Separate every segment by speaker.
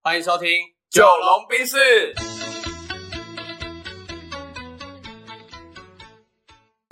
Speaker 1: 欢迎收听《
Speaker 2: 九龙冰室，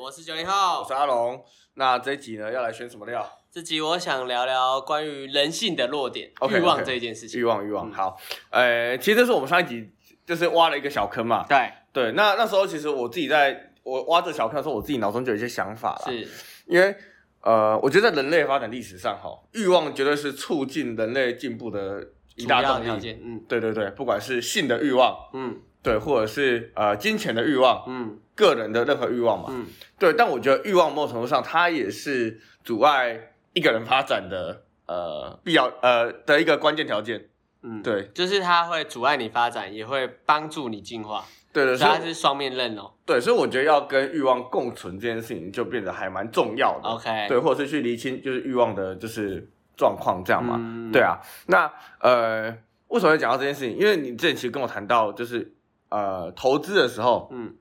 Speaker 1: 我是九零后
Speaker 2: 我是》。阿龙。那这一集呢，要来选什么料？
Speaker 1: 这集我想聊聊关于人性的弱点、
Speaker 2: OK，
Speaker 1: 欲望
Speaker 2: OK
Speaker 1: 这一件事情。
Speaker 2: 欲望，欲望。
Speaker 1: 嗯
Speaker 2: 好，呃，其实这是我们上一集就是挖了一个小坑嘛。
Speaker 1: 对，
Speaker 2: 对，那那时候其实我自己在我挖这小坑的时候，我自己脑中就有一些想法啦。
Speaker 1: 是
Speaker 2: 因为呃，我觉得在人类发展历史上，哈，欲望绝对是促进人类进步的一
Speaker 1: 主
Speaker 2: 大
Speaker 1: 要的条
Speaker 2: 动力。
Speaker 1: 件。嗯
Speaker 2: 对对对，不管是性的欲望，
Speaker 1: 嗯
Speaker 2: 对，或者是呃金钱的欲望，
Speaker 1: 嗯
Speaker 2: 个人的任何欲望嘛。
Speaker 1: 嗯，
Speaker 2: 对，但我觉得欲望某种程度上，它也是阻碍一个人发展的呃必要呃的一个关键条件。
Speaker 1: 嗯，
Speaker 2: 对，
Speaker 1: 就是它会阻碍你发展，也会帮助你进化，
Speaker 2: 对
Speaker 1: 所
Speaker 2: 对，
Speaker 1: 以
Speaker 2: 所
Speaker 1: 它
Speaker 2: 以
Speaker 1: 是双面刃哦。
Speaker 2: 对，所以我觉得要跟欲望共存这件事情就变得还蛮重要的。
Speaker 1: OK，
Speaker 2: 对，或者是去厘清就是欲望的就是状况这样嘛。
Speaker 1: 嗯
Speaker 2: 对，啊，那呃，为什么会讲到这件事情？因为你之前其实跟我谈到，就是呃投资的时候
Speaker 1: 嗯，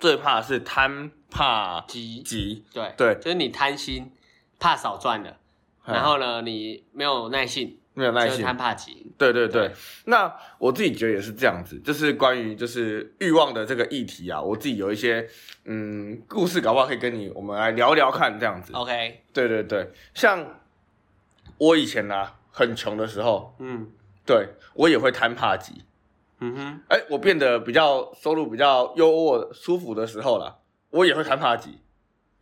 Speaker 2: 最怕的是贪怕
Speaker 1: 急，
Speaker 2: 急，
Speaker 1: 对
Speaker 2: 对嗯
Speaker 1: 就是你贪心，怕少赚的，然后呢，你没有耐性，
Speaker 2: 没有耐
Speaker 1: 就是
Speaker 2: 心，
Speaker 1: 贪怕急。
Speaker 2: 对对对
Speaker 1: 对，啊
Speaker 2: 那我自己觉得也是这样子，就是关于就是欲望的这个议题啊，我自己有一些嗯故事，搞不好可以跟你我们来聊聊看这样子。
Speaker 1: OK，
Speaker 2: 对对对，像我以前啊很穷的时候，
Speaker 1: 嗯
Speaker 2: 对我也会贪怕急。
Speaker 1: 嗯哼，
Speaker 2: 哎，我变得比较收入比较优渥、舒服的时候啦，我也会贪怕急。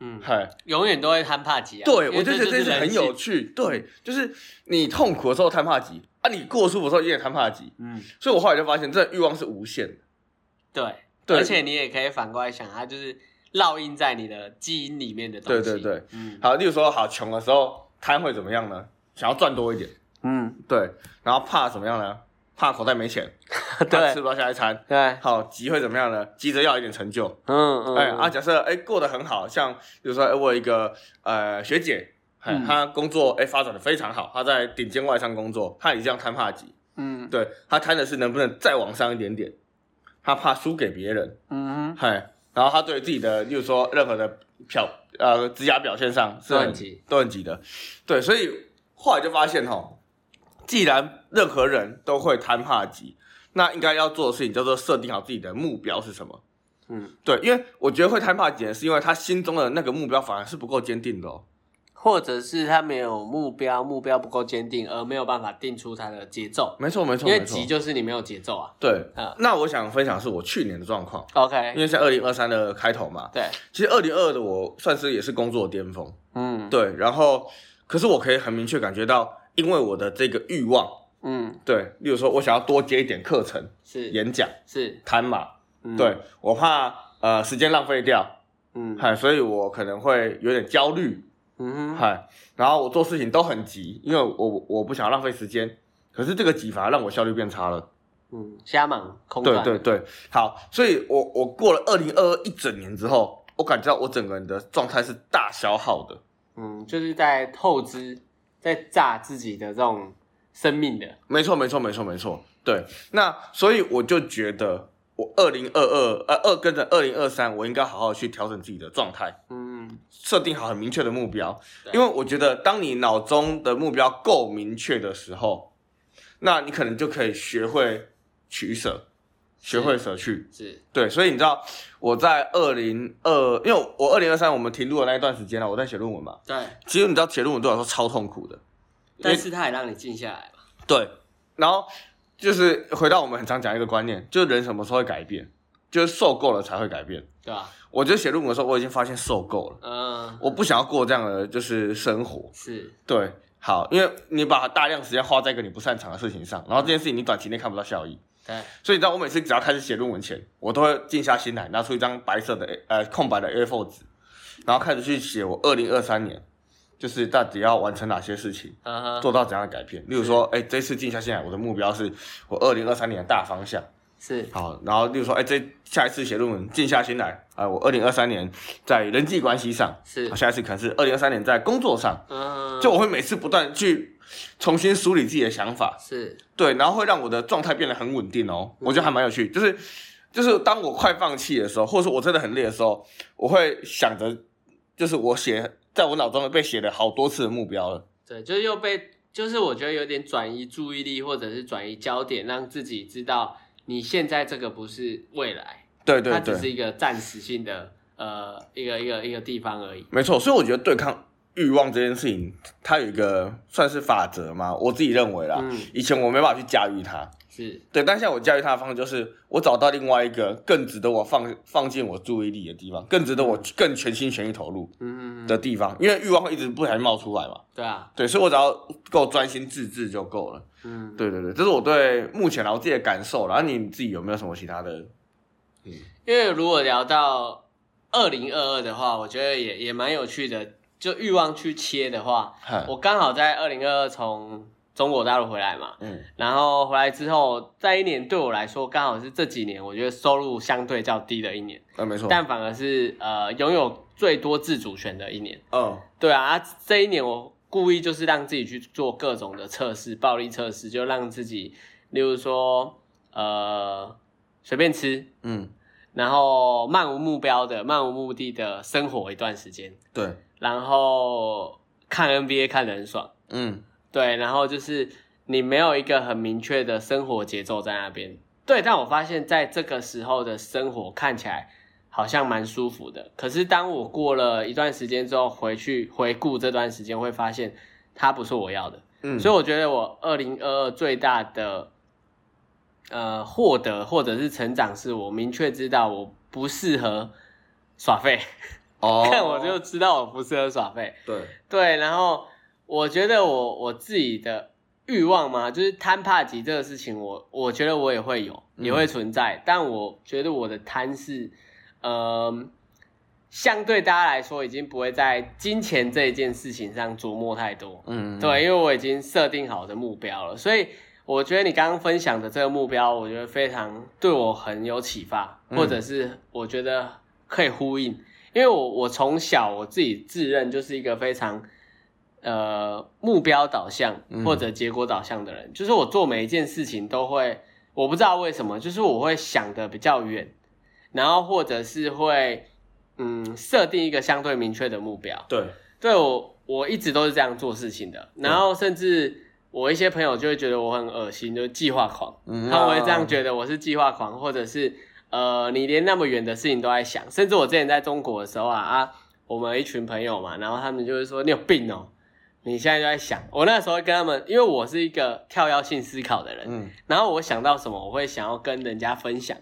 Speaker 1: 嗯，
Speaker 2: 嗨，
Speaker 1: 永远都会贪怕急啊。
Speaker 2: 对
Speaker 1: 因为
Speaker 2: 我就觉得
Speaker 1: 这
Speaker 2: 这
Speaker 1: 是
Speaker 2: 是很
Speaker 1: 人
Speaker 2: 有
Speaker 1: 性。嗯
Speaker 2: 趣。对，就是你痛苦的时候贪怕急啊，你过舒服的时候也贪怕急，
Speaker 1: 嗯，
Speaker 2: 所以我后来就发现，这欲望是无限的。
Speaker 1: 对，
Speaker 2: 对
Speaker 1: 而且你也可以反过来想，它就是烙印在你的基因里面的东西。
Speaker 2: 对对对，
Speaker 1: 嗯
Speaker 2: 好，例如说，好穷的时候贪会怎么样呢？想要赚多一点，
Speaker 1: 嗯，
Speaker 2: 对，然后怕怎么样呢？怕口袋没钱，怕吃
Speaker 1: 对
Speaker 2: 不到下一餐。
Speaker 1: 对，
Speaker 2: 好，急会怎么样呢？急着要一点成就。
Speaker 1: 嗯嗯，
Speaker 2: 哎、啊，，假设哎过得很好，像比如说哎我有一个呃学姐，哎、
Speaker 1: 嗯
Speaker 2: 她工作哎发展的非常好，她在顶尖外商工作，她也这样贪怕急，
Speaker 1: 嗯
Speaker 2: 对她贪的是能不能再往上一点点，她怕输给别人，
Speaker 1: 嗯哼，
Speaker 2: 嗨，然后他对自己的，例如说任何的表呃指甲表现上是
Speaker 1: 都
Speaker 2: 很
Speaker 1: 很急，
Speaker 2: 都很急的，对，所以后来就发现哈，既然任何人都会贪怕急，那应该要做的事情叫做设定好自己的目标是什么。
Speaker 1: 嗯，
Speaker 2: 对，因为我觉得会贪怕急的是因为他心中的那个目标反而是不够坚定的哦。
Speaker 1: 或者是他没有目标，目标不够坚定，而没有办法定出他的节奏，
Speaker 2: 没错，没错，
Speaker 1: 因为
Speaker 2: 没错
Speaker 1: 急就是你没有节奏啊。
Speaker 2: 对
Speaker 1: 嗯。
Speaker 2: 那我想分享的是我去年的状况，因
Speaker 1: OK，
Speaker 2: 为是二零二三的开头嘛，
Speaker 1: 对，
Speaker 2: 其实二零二的我算是也是工作巅峰。
Speaker 1: 嗯，
Speaker 2: 对，然后可是我可以很明确感觉到，因为我的这个欲望，
Speaker 1: 嗯，
Speaker 2: 对，例如说我想要多接一点课程、
Speaker 1: 是
Speaker 2: 演讲、
Speaker 1: 是，
Speaker 2: 谈嘛，
Speaker 1: 嗯，
Speaker 2: 对我怕呃时间浪费掉，
Speaker 1: 嗯
Speaker 2: 嗨，所以我可能会有点焦虑，
Speaker 1: 嗯哼，
Speaker 2: 嗨，然后我做事情都很急，因为我我不想浪费时间。可是这个急反而让我效率变差了。
Speaker 1: 嗯，瞎忙空
Speaker 2: 对
Speaker 1: 转，
Speaker 2: 对对，好，所以我我过了二零二二一整年之后，我感觉到我整个人的状态是大消耗的。
Speaker 1: 嗯，就是在透支，在榨自己的这种生命的，
Speaker 2: 没错，没错，没错，没错。对，那所以我就觉得，我二零二二呃二跟着二零二三，我应该好好去调整自己的状态，
Speaker 1: 嗯，
Speaker 2: 设定好很明确的目标。
Speaker 1: 对
Speaker 2: 因为我觉得，当你脑中的目标够明确的时候，那你可能就可以学会取舍，学会舍去。
Speaker 1: 是，
Speaker 2: 对，所以你知道我在二零二，因为我二零二三我们停录的那一段时间啊呢，我在写论文嘛。
Speaker 1: 对，
Speaker 2: 其实你知道写论文对我来说超痛苦的，
Speaker 1: 但是它也让你静下来嘛，
Speaker 2: 对，然后就是回到我们很常讲一个观念，就是人什么时候会改变，就是受够了才会改变。
Speaker 1: 对吧？
Speaker 2: 我觉得写论文的时候，我已经发现受够了，
Speaker 1: 嗯，
Speaker 2: 我不想要过这样的就是生活。
Speaker 1: 是，
Speaker 2: 对，好，因为你把大量时间花在一个你不擅长的事情上，然后这件事情你短期内看不到效益，
Speaker 1: 对，
Speaker 2: 所以你知道我每次只要开始写论文前，我都会静下心来，拿出一张白色的 A- 呃空白的 A4 纸，然后开始去写我二零二三年就是到底要完成哪些事情。
Speaker 1: 嗯哼，
Speaker 2: 做到怎样的改变？例如说，哎、这次静下心来，我的目标是我二零二三年的大方向。
Speaker 1: 是，
Speaker 2: 好，然后例如说，哎、这下一次写论文，静下心来，啊、我二零二三年在人际关系上，啊
Speaker 1: 是
Speaker 2: 好，下一次可能是二零二三年在工作上，
Speaker 1: 嗯，
Speaker 2: 就我会每次不断去重新梳理自己的想法，
Speaker 1: 是，
Speaker 2: 对，然后会让我的状态变得很稳定哦，
Speaker 1: 嗯
Speaker 2: 我觉得还蛮有趣，就是就是当我快放弃的时候，或者说我真的很累的时候，我会想着，就是我写在我脑中被写了好多次的目标了。
Speaker 1: 对，就是又被就是我觉得有点转移注意力或者是转移焦点，让自己知道你现在这个不是未来，
Speaker 2: 对对
Speaker 1: 它只是
Speaker 2: 对，
Speaker 1: 一个暂时性的呃一个一个一个地方而已。
Speaker 2: 没错。所以我觉得对抗欲望这件事情，它有一个算是法则嘛，我自己认为啦。
Speaker 1: 嗯
Speaker 2: 以前我没办法去驾驭它，
Speaker 1: 是，
Speaker 2: 对，但现在我驾驭它的方式就是，我找到另外一个更值得我放放进我注意力的地方，更值得我更全心全意投入
Speaker 1: 嗯，
Speaker 2: 的地方，因为欲望会一直不小心冒出来嘛。
Speaker 1: 对啊，
Speaker 2: 对，所以我只要够专心致志就够了。
Speaker 1: 嗯，
Speaker 2: 对对对，这是我对目前啦我自己的感受啦。然后你自己有没有什么其他的？
Speaker 1: 因为如果聊到二零二二的话，我觉得也也蛮有趣的。就欲望去切的话，
Speaker 2: 嗨
Speaker 1: 我刚好在二零二二从中国大陆回来嘛，
Speaker 2: 嗯，
Speaker 1: 然后回来之后，在一年对我来说刚好是这几年我觉得收入相对较低的一年，
Speaker 2: 那、呃没错。
Speaker 1: 但反而是呃拥有最多自主权的一年。
Speaker 2: 嗯，
Speaker 1: 对啊，啊这一年我故意就是让自己去做各种的测试，暴力测试，就让自己，例如说呃随便吃，
Speaker 2: 嗯，
Speaker 1: 然后漫无目标的、漫无目的的生活一段时间，
Speaker 2: 对，
Speaker 1: 然后看 NBA 看得很爽，
Speaker 2: 嗯，
Speaker 1: 对，然后就是你没有一个很明确的生活节奏在那边，对，但我发现在这个时候的生活看起来好像蛮舒服的，可是当我过了一段时间之后回去回顾这段时间，会发现它不是我要的，
Speaker 2: 嗯，
Speaker 1: 所以
Speaker 2: 以
Speaker 1: 我觉得我二零二二最大的呃获得或者是成长，是我明确知道我不适合耍废，
Speaker 2: 哦，
Speaker 1: 看 我就知道我不适合耍废。
Speaker 2: 对，
Speaker 1: 对，然后我觉得我我自己的欲望嘛，就是贪怕级这个事情我，我觉得我也会有，也会存在，但我觉得我的贪是，呃。相对大家来说，已经不会在金钱这一件事情上琢磨太多。
Speaker 2: 嗯，嗯，
Speaker 1: 对，因为我已经设定好的目标了，所以我觉得你刚刚分享的这个目标，我觉得非常对我很有启发，
Speaker 2: 嗯
Speaker 1: 或者是我觉得可以呼应，因为我我从小我自己自认就是一个非常呃目标导向
Speaker 2: 嗯
Speaker 1: 或者结果导向的人，就是我做每一件事情都会，我不知道为什么，就是我会想的比较远，然后或者是会嗯设定一个相对明确的目标。
Speaker 2: 对，
Speaker 1: 对我，我一直都是这样做事情的。
Speaker 2: 嗯
Speaker 1: 然后甚至我一些朋友就会觉得我很恶心，就是计划狂，
Speaker 2: 嗯
Speaker 1: 他们会这样觉得我是计划狂，或者是呃，你连那么远的事情都在想。甚至我之前在中国的时候啊啊，我们有一群朋友嘛，然后他们就会说你有病哦。你现在就在想，我那时候跟他们，因为我是一个跳跃性思考的人，
Speaker 2: 嗯，
Speaker 1: 然后我想到什么，我会想要跟人家分享，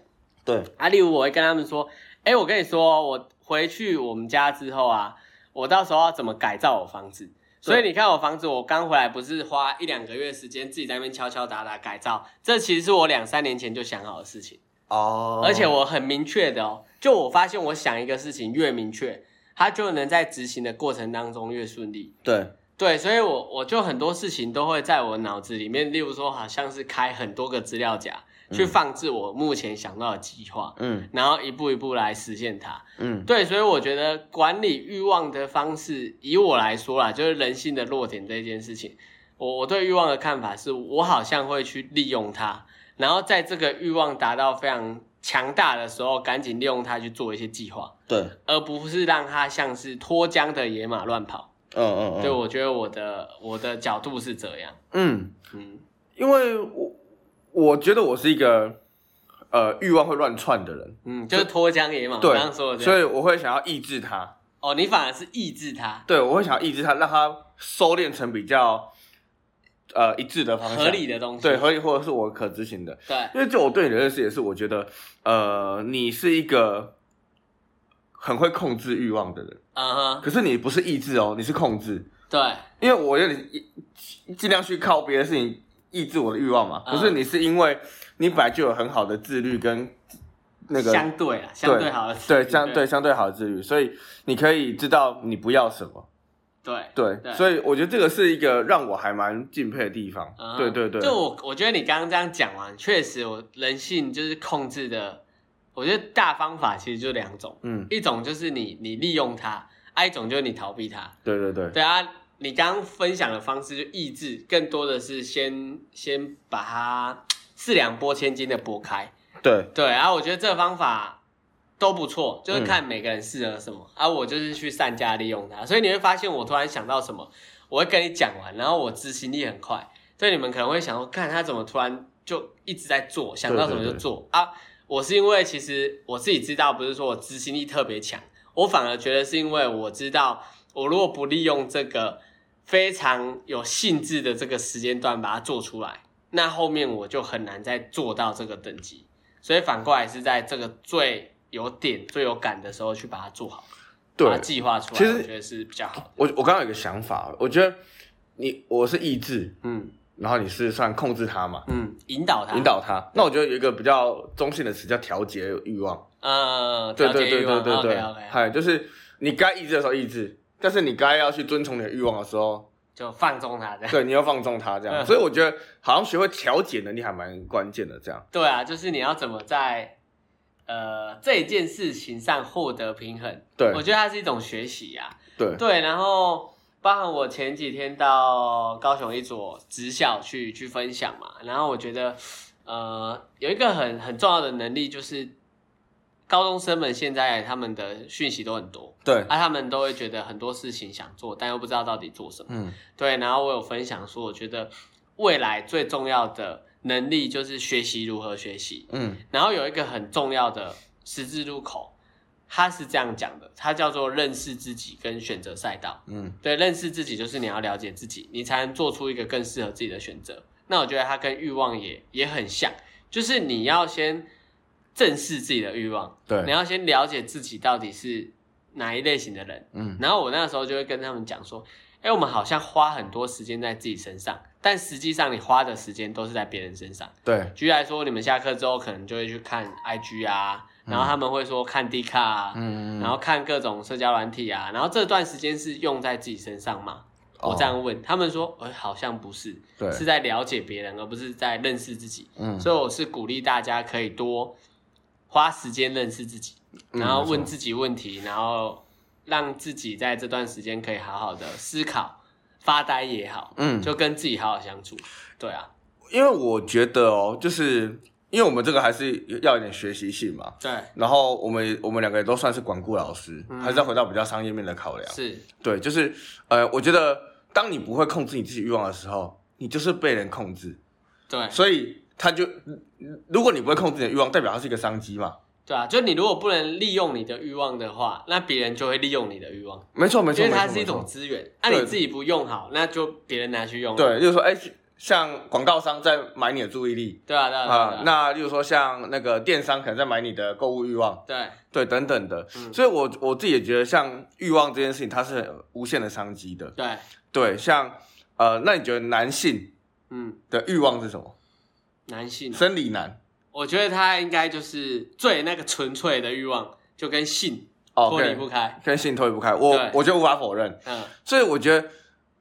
Speaker 2: 对，
Speaker 1: 啊，例如我会跟他们说，哎，我跟你说，我回去我们家之后啊，我到时候要怎么改造我房子。所以你看我房子，我刚回来不是花一两个月时间自己在那边敲敲打打改造，这其实是我两三年前就想好的事情，
Speaker 2: 哦，
Speaker 1: 而且我很明确的哦，就我发现我想一个事情越明确，它就能在执行的过程当中越顺利。
Speaker 2: 对，
Speaker 1: 对，所以我我就很多事情都会在我脑子里面，例如说好像是开很多个资料夹去放置我目前想到的计划，
Speaker 2: 嗯
Speaker 1: 然后一步一步来实现它。
Speaker 2: 嗯，
Speaker 1: 对，所以我觉得管理欲望的方式，以我来说啦，就是人性的弱点这件事情。我我对欲望的看法是，我好像会去利用它，然后在这个欲望达到非常强大的时候，赶紧利用它去做一些计划，
Speaker 2: 对，
Speaker 1: 而不是让它像是脱缰的野马乱跑。
Speaker 2: 嗯嗯嗯，
Speaker 1: 对，我觉得我的我的角度是这样。
Speaker 2: 嗯。
Speaker 1: 嗯
Speaker 2: 因为我我觉得我是一个呃欲望会乱窜的人，
Speaker 1: 嗯，就是脱缰野马，我
Speaker 2: 对
Speaker 1: 刚刚说的这
Speaker 2: 所
Speaker 1: 样。
Speaker 2: 以我会想要抑制它，
Speaker 1: 哦，你反而是抑制它，
Speaker 2: 对我会想要抑制它，让它收敛成比较呃一致的方向，
Speaker 1: 合理的东西。
Speaker 2: 对合理或者是我可执行的。
Speaker 1: 对，
Speaker 2: 因为就我对你的认识也是，我觉得呃你是一个很会控制欲望的人，
Speaker 1: 嗯哼，
Speaker 2: 可是你不是抑制哦，你是控制。
Speaker 1: 对。
Speaker 2: 因为我有点尽量去靠别的事情抑制我的欲望嘛。
Speaker 1: 嗯
Speaker 2: 可是你是因为你本来就有很好的自律跟那个
Speaker 1: 相对啊，相对好的词
Speaker 2: 对相对相对好的自律，所以你可以知道你不要什么。
Speaker 1: 对
Speaker 2: 对，
Speaker 1: 对
Speaker 2: 所以我觉得这个是一个让我还蛮敬佩的地方。
Speaker 1: 嗯
Speaker 2: 对对对，
Speaker 1: 就我我觉得你刚刚这样讲完，确实我人性就是控制的，我觉得大方法其实就两种，
Speaker 2: 嗯，
Speaker 1: 一种就是你你利用它，啊一种就是你逃避它。
Speaker 2: 对对对，
Speaker 1: 对啊，你刚刚分享的方式就抑制，更多的是先先把它四两拨千斤的拨开。
Speaker 2: 对
Speaker 1: 对啊，我觉得这个方法都不错，
Speaker 2: 嗯
Speaker 1: 就是看每个人适合什么、啊。我就是去善加利用它，所以你会发现我突然想到什么，我会跟你讲完，然后我执行力很快，所以你们可能会想说，看他怎么突然就一直在做，想到什么就做啊。我是因为其实我自己知道，不是说我执行力特别强，我反而觉得是因为我知道，我如果不利用这个非常有兴致的这个时间段把它做出来，那后面我就很难再做到这个等级。所以反过来是在这个最有点、最有感的时候去把它做好，
Speaker 2: 对
Speaker 1: 把它计划出来，
Speaker 2: 其实
Speaker 1: 我觉得是比较好的。
Speaker 2: 我我刚刚有个想法，我觉得你我是意志，
Speaker 1: 嗯
Speaker 2: 然后你是算控制它嘛，
Speaker 1: 嗯，引导他，
Speaker 2: 引，导它。那我觉得有一个比较中性的词叫调节欲望。
Speaker 1: 呃，
Speaker 2: 对对对对对对，
Speaker 1: ，OK，
Speaker 2: 嗨，就是你该抑制的时候抑制，但是你该要去遵从你的欲望的时候，
Speaker 1: 就放纵他这样。
Speaker 2: 对，你要放纵它这样。
Speaker 1: 嗯
Speaker 2: 所以我觉得好像学会调节能力还蛮关键的，这样。
Speaker 1: 对啊，就是你要怎么在呃这件事情上获得平衡，
Speaker 2: 对
Speaker 1: 我觉得它是一种学习呀、
Speaker 2: 对
Speaker 1: 对，然后包含我前几天到高雄一所职校去去分享嘛，然后我觉得呃有一个很很重要的能力就是。高中生们现在他们的讯息都很多，
Speaker 2: 对，
Speaker 1: 啊，他们都会觉得很多事情想做，但又不知道到底做什么。
Speaker 2: 嗯，
Speaker 1: 对，然后我有分享说，我觉得未来最重要的能力就是学习如何学习。
Speaker 2: 嗯，
Speaker 1: 然后有一个很重要的十字路口，它是这样讲的，它叫做认识自己跟选择赛道。
Speaker 2: 嗯，
Speaker 1: 对，认识自己就是你要了解自己，你才能做出一个更适合自己的选择。那我觉得它跟欲望也也很像，就是你要先正视自己的欲望，你
Speaker 2: 对，
Speaker 1: 要先了解自己到底是哪一类型的人，
Speaker 2: 嗯，
Speaker 1: 然后我那时候就会跟他们讲说，哎、我们好像花很多时间在自己身上，但实际上你花的时间都是在别人身上。
Speaker 2: 对，嗯
Speaker 1: 举例来说，你们下课之后可能就会去看 IG 啊，然后他们会说看 D 卡啊，
Speaker 2: 嗯，
Speaker 1: 然后看各种社交软体啊，然后这段时间是用在自己身上嘛？我
Speaker 2: 哦
Speaker 1: 这样问、他们说，哎、好像不是，
Speaker 2: 对，
Speaker 1: 是在了解别人，而不是在认识自己。
Speaker 2: 嗯，
Speaker 1: 所以我是鼓励大家可以多花时间认识自己，
Speaker 2: 嗯
Speaker 1: 然后
Speaker 2: 没错
Speaker 1: 问自己问题，然后让自己在这段时间可以好好的思考，发呆也好，
Speaker 2: 嗯，
Speaker 1: 就跟自己好好相处。对啊，
Speaker 2: 因为我觉得哦，就是因为我们这个还是要有点学习性嘛。
Speaker 1: 对，
Speaker 2: 然后我们我们两个也都算是管顾老师，
Speaker 1: 嗯
Speaker 2: 还是要回到比较商业面的考量。
Speaker 1: 是，
Speaker 2: 对，就是呃，我觉得当你不会控制你自己欲望的时候，你就是被人控制，
Speaker 1: 对，
Speaker 2: 所以他就如果你不会控制你的欲望，代表它是一个商机嘛。
Speaker 1: 对啊，就你如果不能利用你的欲望的话，那别人就会利用你的欲望，
Speaker 2: 没错，没
Speaker 1: 因
Speaker 2: 错，
Speaker 1: 为
Speaker 2: 没
Speaker 1: 它
Speaker 2: 错，
Speaker 1: 是一
Speaker 2: 没错
Speaker 1: 种资源。那、
Speaker 2: 对
Speaker 1: 你自己不用好，那就别人拿去用。啊
Speaker 2: 对，就是说，哎，像广告商在买你的注意力
Speaker 1: 对啊，对啊，对啊
Speaker 2: 啊、，那例如说像那个电商可能在买你的购物欲望，
Speaker 1: 对啊
Speaker 2: 对，等等的。
Speaker 1: 嗯
Speaker 2: 所以我我自己也觉得，像欲望这件事情，它是无限的商机的。
Speaker 1: 对对，
Speaker 2: 对，像呃，那你觉得男性
Speaker 1: 嗯，
Speaker 2: 的欲望是什么？
Speaker 1: 男性啊
Speaker 2: 生理男
Speaker 1: 我觉得他应该就是最那个纯粹的欲望，就跟性
Speaker 2: 哦，
Speaker 1: 脱离
Speaker 2: 跟
Speaker 1: 不开。
Speaker 2: 跟性脱离不开，我
Speaker 1: 对
Speaker 2: 我就无法否认。
Speaker 1: 嗯，
Speaker 2: 所以我觉得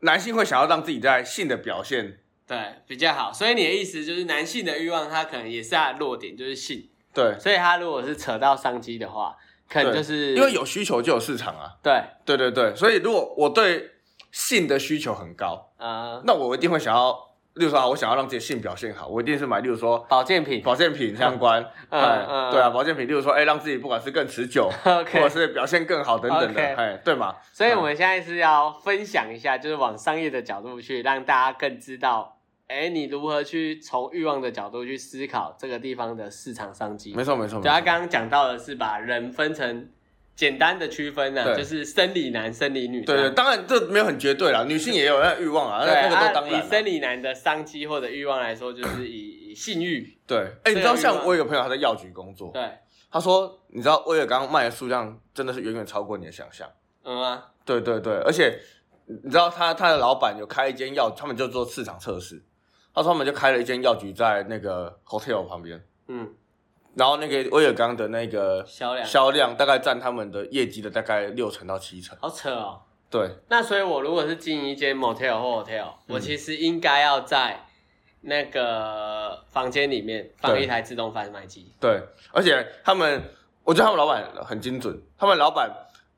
Speaker 2: 男性会想要让自己在性的表现，
Speaker 1: 对，比较好。所以你的意思就是，男性的欲望他可能也是他的弱点，就是性。
Speaker 2: 对，
Speaker 1: 所以他如果是扯到商机的话，可能
Speaker 2: 对
Speaker 1: 就是
Speaker 2: 因为有需求就有市场啊。
Speaker 1: 对，
Speaker 2: 对对对，所以如果我对性的需求很高，
Speaker 1: 呃，
Speaker 2: 那我一定会想要，例如说啊，我想要让自己的性表现好，我一定是买，例如说
Speaker 1: 保健品。
Speaker 2: 保健品相关，
Speaker 1: 嗯
Speaker 2: 哎
Speaker 1: 嗯
Speaker 2: 对啊，啊保健品，例如说，哎，让自己不管是更持久，或
Speaker 1: OK，
Speaker 2: 者是表现更好等等的，
Speaker 1: OK
Speaker 2: 哎，对嘛？
Speaker 1: 所以我们现在是要分享一下，就是往商业的角度去，让大家更知道，哎，你如何去从欲望的角度去思考这个地方的市场商机。
Speaker 2: 没错没错，没
Speaker 1: 对，他
Speaker 2: 错
Speaker 1: 刚刚讲到的是把人分成简单的区分啊，
Speaker 2: 对
Speaker 1: 就是生理男、生理女。
Speaker 2: 对对，，当然这没有很绝对啦，女性也有那欲望啊，
Speaker 1: 对
Speaker 2: 那那个
Speaker 1: 啊
Speaker 2: 都当然
Speaker 1: 以
Speaker 2: 啦。
Speaker 1: 生理男的商机或者欲望来说，就是以以性欲。
Speaker 2: 对，哎，你知道像我有个朋友他在药局工作，
Speaker 1: 对，
Speaker 2: 他说，你知道威尔刚卖的数量真的是远远超过你的想象。
Speaker 1: 嗯啊，
Speaker 2: 对对对，而且你知道他他的老板有开一间药，他们就做市场测试，他说他们就开了一间药局在那个 hotel 旁边，
Speaker 1: 嗯，
Speaker 2: 然后那个威尔刚的那个
Speaker 1: 销量
Speaker 2: 销量大概占他们的业绩的大概六成到七成。
Speaker 1: 好扯哦。
Speaker 2: 对，
Speaker 1: 那所以，我如果是进一间 motel 或 hotel，、我
Speaker 2: 嗯
Speaker 1: 其实应该要在那个房间里面放
Speaker 2: 对
Speaker 1: 一台自动贩卖机。
Speaker 2: 对，而且他们，我觉得他们老板很精准。他们老板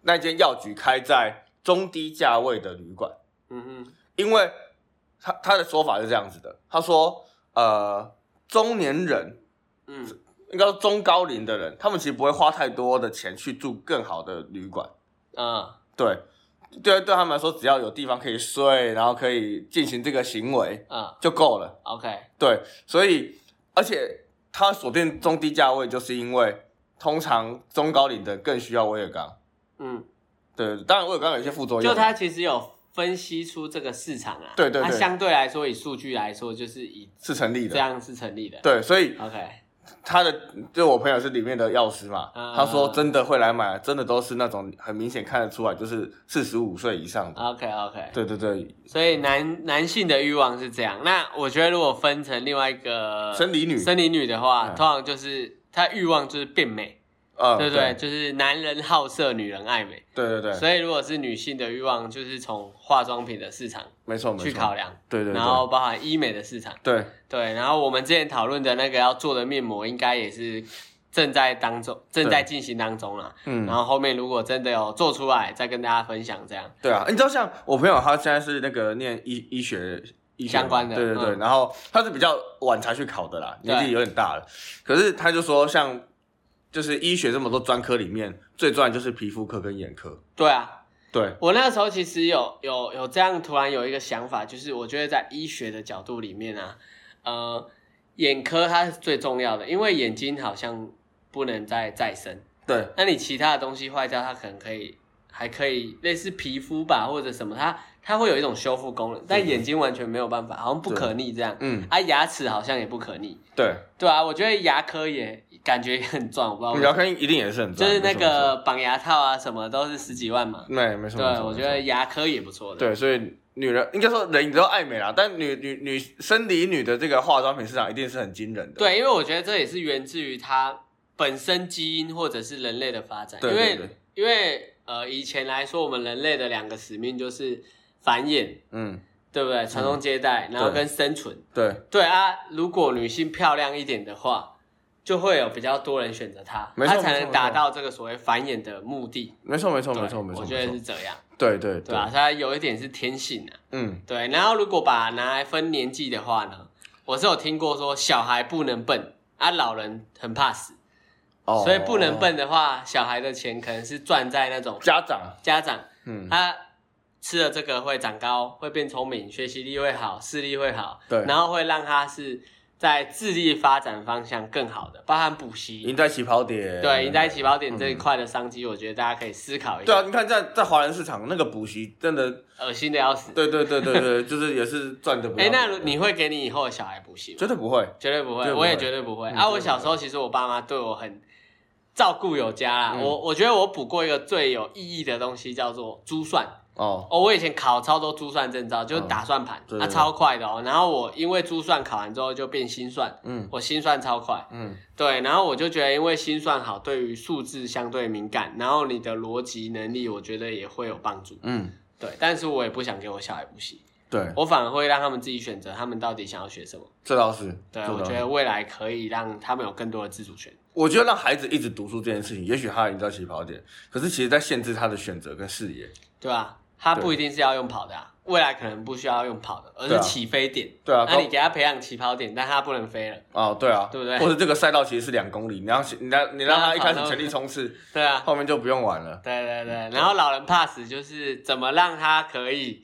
Speaker 2: 那间药局开在中低价位的旅馆，
Speaker 1: 嗯哼，
Speaker 2: 因为他他的说法是这样子的，他说，呃，中年人
Speaker 1: 嗯，
Speaker 2: 应该说中高龄的人，他们其实不会花太多的钱去住更好的旅馆，
Speaker 1: 啊、
Speaker 2: 对。对对他们来说，只要有地方可以睡，然后可以进行这个行为
Speaker 1: 嗯
Speaker 2: 就够了。
Speaker 1: ，OK，
Speaker 2: 对，所以而且它锁定中低价位，就是因为通常中高龄的更需要威尔刚。
Speaker 1: 嗯，
Speaker 2: 对，当然威尔刚有一些副作用
Speaker 1: 就
Speaker 2: 啊，
Speaker 1: 它其实有分析出这个市场啊，
Speaker 2: 对对
Speaker 1: 它
Speaker 2: 对
Speaker 1: 相对来说以数据来说就是以
Speaker 2: 是成立
Speaker 1: 这
Speaker 2: 的。
Speaker 1: 样是成立的。
Speaker 2: 对，所以
Speaker 1: OK，
Speaker 2: 他的就我朋友是里面的药师嘛，
Speaker 1: 啊
Speaker 2: 他说真的会来买，真的都是那种很明显看得出来，就是四十五岁以上的。
Speaker 1: OK OK，
Speaker 2: 对对对，
Speaker 1: 所以男男性的欲望是这样。那我觉得如果分成另外一个
Speaker 2: 生理女
Speaker 1: 生理女的话，
Speaker 2: 嗯
Speaker 1: 通常就是她欲望就是变美，
Speaker 2: 呃，
Speaker 1: 对不对？
Speaker 2: 对
Speaker 1: 就是男人好色，女人爱美。
Speaker 2: 对对对，
Speaker 1: 所以如果是女性的欲望，就是从化妆品的市场
Speaker 2: 没错没错，
Speaker 1: 去考量，
Speaker 2: 对对对，
Speaker 1: 然后包含医美的市场，
Speaker 2: 对
Speaker 1: 对。然后我们之前讨论的那个要做的面膜，应该也是正在当中，正在进行当中啦。
Speaker 2: 嗯
Speaker 1: 然，后后面如果真的有做出来，再跟大家分享这样。
Speaker 2: 对啊，你知道像我朋友，他现在是那个念医医学医学嘛
Speaker 1: 相关的
Speaker 2: 对对对，
Speaker 1: 嗯
Speaker 2: 然后他是比较晚才去考的啦，
Speaker 1: 对
Speaker 2: 年纪有点大了，可是他就说像就是医学这么多专科里面，最赚就是皮肤科跟眼科，
Speaker 1: 对啊，
Speaker 2: 对，
Speaker 1: 我那时候其实有有有这样突然有一个想法，就是我觉得在医学的角度里面啊，呃，眼科它是最重要的，因为眼睛好像不能再再生，
Speaker 2: 对，
Speaker 1: 那你其他的东西坏掉，它可能可以还可以类似皮肤吧或者什么，它它会有一种修复功能，但眼睛完全没有办法，好像不可逆这样。
Speaker 2: 嗯，
Speaker 1: 啊，牙齿好像也不可逆，
Speaker 2: 对，
Speaker 1: 对啊，我觉得牙科也感觉也很赚，我不知道为
Speaker 2: 你
Speaker 1: 什
Speaker 2: 要
Speaker 1: 么，
Speaker 2: 看一定也是很
Speaker 1: 哦就
Speaker 2: 赚，
Speaker 1: 是那
Speaker 2: 没错没错
Speaker 1: 个绑牙套啊什么都是十几万嘛，
Speaker 2: 没没错，没
Speaker 1: 对，啊
Speaker 2: 错
Speaker 1: 我
Speaker 2: 没
Speaker 1: 觉
Speaker 2: 错
Speaker 1: 得牙科也不错的。
Speaker 2: 对，所以女人应该说人都爱美啦，但女女女生理女的这个化妆品市场一定是很惊人的，
Speaker 1: 对，因为我觉得这也是源自于它本身基因或者是人类的发展，
Speaker 2: 对对对，
Speaker 1: 因为因为呃以前来说，我们人类的两个使命就是繁衍，
Speaker 2: 嗯，
Speaker 1: 对不对？传宗接代，然后
Speaker 2: 对
Speaker 1: 跟生存。
Speaker 2: 对，
Speaker 1: 对啊，如果女性漂亮一点的话，就会有比较多人选择她，
Speaker 2: 没错
Speaker 1: 她才
Speaker 2: 没错
Speaker 1: 能
Speaker 2: 没
Speaker 1: 达
Speaker 2: 错
Speaker 1: 到这个所谓繁衍的目的。
Speaker 2: 没错没错没
Speaker 1: 对
Speaker 2: 错没错，
Speaker 1: 我觉得
Speaker 2: 没
Speaker 1: 是
Speaker 2: 错
Speaker 1: 这样，
Speaker 2: 对对
Speaker 1: 对吧、啊？它有一点是天性啊。
Speaker 2: 嗯。
Speaker 1: 对，然后如果把拿来分年纪的话呢，我是有听过说小孩不能笨啊，老人很怕死，
Speaker 2: 哦
Speaker 1: 所以不能笨的话，小孩的钱可能是赚在那种
Speaker 2: 家长，
Speaker 1: 家长
Speaker 2: 嗯，
Speaker 1: 他吃了这个会长高，会变聪明，学习力会好，视力会好，
Speaker 2: 对
Speaker 1: 然后会让他是在智力发展方向更好的，包含补习
Speaker 2: 赢，在起跑点，
Speaker 1: 对，赢在起跑点这一
Speaker 2: 嗯
Speaker 1: 块的商机，我觉得大家可以思考一
Speaker 2: 对啊，
Speaker 1: 下，
Speaker 2: 你看在在华人市场那个补习真的，
Speaker 1: 恶心的要死。
Speaker 2: 对对对对 对，就是也是赚的不要
Speaker 1: 哎，
Speaker 2: 了。
Speaker 1: 那你会给你以后的小孩补习吗？
Speaker 2: 绝对不会，
Speaker 1: 绝对不会，
Speaker 2: 绝对不会
Speaker 1: 我也绝对不会。
Speaker 2: 嗯
Speaker 1: 啊，
Speaker 2: 绝对不会
Speaker 1: 我小时候其实我爸妈对我很照顾有加啦。
Speaker 2: 嗯
Speaker 1: 我我觉得我补过一个最有意义的东西，叫做珠算。
Speaker 2: 哦，
Speaker 1: 哦，我以前考超多珠算证照，就是打算盘，
Speaker 2: 嗯对
Speaker 1: 啊
Speaker 2: 对对
Speaker 1: 超快的哦。然后我因为珠算考完之后就变心算，
Speaker 2: 嗯
Speaker 1: 我心算超快。
Speaker 2: 嗯，
Speaker 1: 对，然后我就觉得因为心算好，对于数字相对敏感，然后你的逻辑能力，我觉得也会有帮助。
Speaker 2: 嗯，
Speaker 1: 对，但是我也不想给我小孩补习，
Speaker 2: 对，
Speaker 1: 我反而会让他们自己选择他们到底想要学什么。
Speaker 2: 这倒是，
Speaker 1: 对，啊
Speaker 2: 这
Speaker 1: 我
Speaker 2: 倒
Speaker 1: 觉
Speaker 2: 是
Speaker 1: 得，未来可以让他们有更多的自主权。
Speaker 2: 我觉得让孩子一直读书这件事情，也许他赢在起跑点，可是其实在限制他的选择跟视野。
Speaker 1: 对啊，他
Speaker 2: 对
Speaker 1: 不一定是要用跑的、啊，未来可能不需要用跑的，而
Speaker 2: 对
Speaker 1: 是
Speaker 2: 啊
Speaker 1: 起飞点。
Speaker 2: 对啊，
Speaker 1: 那你给他培养起跑点，但他不能飞了。
Speaker 2: 哦，对啊，
Speaker 1: 对不对
Speaker 2: 或者这个赛道其实是两公里，你让你让你让他一开始全力冲刺，
Speaker 1: 对啊，
Speaker 2: 后面就不用玩了。
Speaker 1: 对对对。然后老人怕死就是怎么让他可以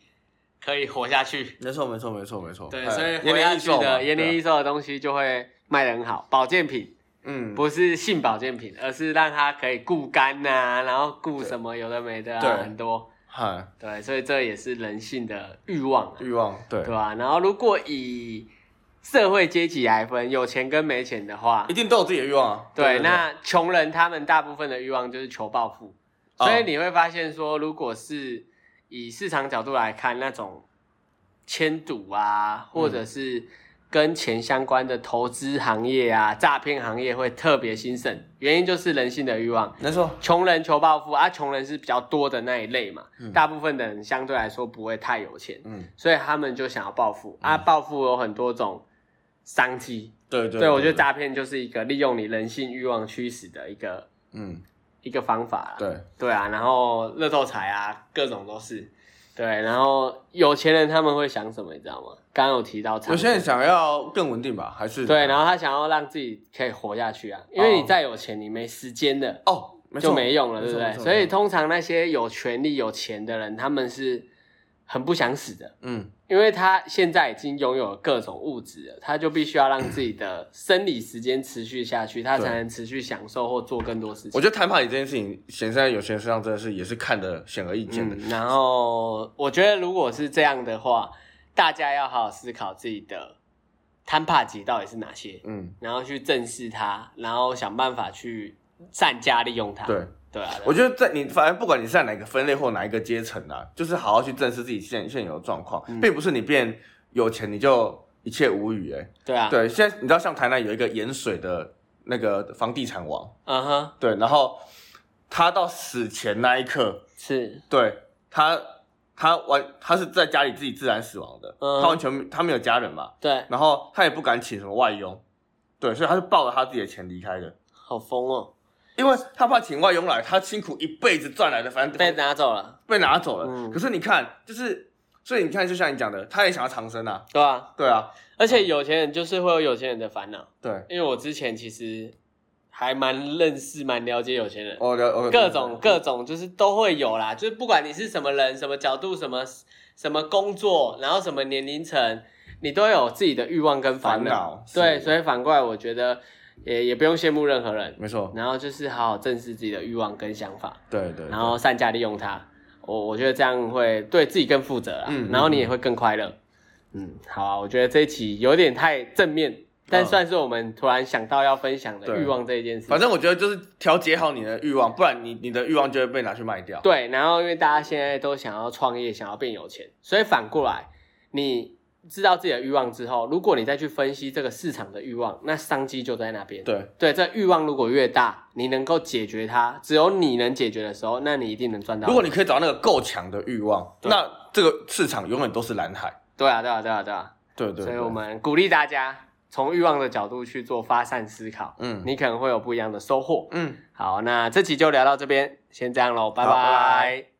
Speaker 1: 可以活下去。
Speaker 2: 没错，没错，没错，没错。
Speaker 1: 对，
Speaker 2: 哎
Speaker 1: 所以
Speaker 2: 延
Speaker 1: 活下
Speaker 2: 年益
Speaker 1: 去
Speaker 2: 寿嘛
Speaker 1: 的延
Speaker 2: 对啊
Speaker 1: 年益寿的东西就会卖得很好，保健品
Speaker 2: 嗯，
Speaker 1: 不是性保健品，而是让他可以顾肝呐、然后顾什么有的没的、
Speaker 2: 对
Speaker 1: 啊，很多。
Speaker 2: 嗨，
Speaker 1: 对，所以这也是人性的欲望、啊。
Speaker 2: 欲望，对，
Speaker 1: 对吧、然后如果以社会阶级来分，有钱跟没钱的话
Speaker 2: 一，定都有自己的欲望啊。
Speaker 1: 对，那穷人他们大部分的欲望就是求暴富，
Speaker 2: 哦
Speaker 1: 所以你会发现说，如果是以市场角度来看，那种迁赌啊，或者是跟钱相关的投资行业啊、诈骗行业会特别兴盛，原因就是人性的欲望。
Speaker 2: 没错，
Speaker 1: 穷人求暴富啊，穷人是比较多的那一类嘛，大部分的人相对来说不会太有钱，
Speaker 2: 嗯，
Speaker 1: 所以他们就想要暴富、啊。暴富有很多种商机，
Speaker 2: 对对
Speaker 1: 对我觉得，诈骗就是一个利用你人性欲望驱使的一个
Speaker 2: 嗯，
Speaker 1: 一个方法啦。
Speaker 2: 对，
Speaker 1: 对啊，然后乐透彩啊，各种都是。对，然后有钱人他们会想什么，你知道吗？刚刚有提到长
Speaker 2: 有
Speaker 1: 寿，
Speaker 2: 些人想要更稳定吧，还是
Speaker 1: 对，然后他想要让自己可以活下去啊，因为你再有钱，你没时间的。
Speaker 2: 哦，没
Speaker 1: 就
Speaker 2: 错
Speaker 1: 没用了，对不
Speaker 2: 没
Speaker 1: 对？
Speaker 2: 错没错
Speaker 1: 所以
Speaker 2: 没错
Speaker 1: 通常那些有权利、有钱的人，他们是很不想死的，
Speaker 2: 嗯，
Speaker 1: 因为他现在已经拥有各种物质了，他就必须要让自己的生理时间持续下去，他
Speaker 2: 对
Speaker 1: 才能持续享受或做更多事情。
Speaker 2: 我觉得谈判这件事情，显在有些人身上真的是也是看得显而易见的。
Speaker 1: 嗯，然后我觉得如果是这样的话，大家要好好思考自己的贪怕级到底是哪些，
Speaker 2: 嗯，
Speaker 1: 然后去正视它，然后想办法去善加利用它。
Speaker 2: 对，
Speaker 1: 对啊，
Speaker 2: 我觉得在你反正不管你是在哪个分类或哪一个阶层啊，就是好好去正视自己现现有的状况，
Speaker 1: 嗯
Speaker 2: 并不是你变有钱你就一切无语哎、
Speaker 1: 对啊，，
Speaker 2: 对，现在你知道像台南有一个盐水的那个房地产王，
Speaker 1: 嗯哼，
Speaker 2: 对，然后他到死前那一刻，
Speaker 1: 是，
Speaker 2: 对他他完他是在家里自己自然死亡的，
Speaker 1: 嗯
Speaker 2: 他完全他没有家人嘛，
Speaker 1: 对，
Speaker 2: 然后他也不敢请什么外佣，对，所以他是抱着他自己的钱离开的。
Speaker 1: 好疯哦，
Speaker 2: 因为他怕请外佣来，他辛苦一辈子赚来的，反正
Speaker 1: 被拿走了，
Speaker 2: 被拿走了。
Speaker 1: 嗯
Speaker 2: 可是你看，就是所以你看，就像你讲的，他也想要长生啊，
Speaker 1: 对啊，
Speaker 2: 对啊，
Speaker 1: 而且有钱人就是会有有钱人的烦恼，
Speaker 2: 对，
Speaker 1: 因为我之前其实还蛮认识、蛮了解有钱人，
Speaker 2: 我哦了我
Speaker 1: 各种各种就是都会有啦，就是不管你是什么人、什么角度、什么什么工作，然后什么年龄层，你都有自己的欲望跟烦
Speaker 2: 烦恼
Speaker 1: 对，
Speaker 2: 是
Speaker 1: 所以反过来，我觉得也也不用羡慕任何人，
Speaker 2: 没错，
Speaker 1: 然后就是好好正视自己的欲望跟想法，
Speaker 2: 对对对
Speaker 1: 然后善加利用它。我我觉得这样会对自己更负责啦，啊
Speaker 2: 嗯
Speaker 1: 然后你也会更快乐。嗯，好啊，我觉得这一期有点太正面，但
Speaker 2: 嗯
Speaker 1: 算是我们突然想到要分享的
Speaker 2: 对
Speaker 1: 欲望这一件事情。
Speaker 2: 反正我觉得就是调节好你的欲望，不然你你的欲望就会被拿去卖掉。
Speaker 1: 对，然后因为大家现在都想要创业，想要变有钱，所以反过来，你知道自己的欲望之后，如果你再去分析这个市场的欲望，那商机就在那边。
Speaker 2: 对
Speaker 1: 对，这欲望如果越大，你能够解决它，只有你能解决的时候，那你一定能赚到。
Speaker 2: 如果你可以找到那个够强的欲望，
Speaker 1: 对
Speaker 2: 那这个市场永远都是蓝海。
Speaker 1: 对啊，对啊，对啊，对啊，
Speaker 2: 对对对，
Speaker 1: 所以我们鼓励大家从欲望的角度去做发散思考，
Speaker 2: 嗯
Speaker 1: 你可能会有不一样的收获。
Speaker 2: 嗯。
Speaker 1: 好，那这期就聊到这边，先这样喽，
Speaker 2: 好拜
Speaker 1: 拜
Speaker 2: 拜
Speaker 1: 拜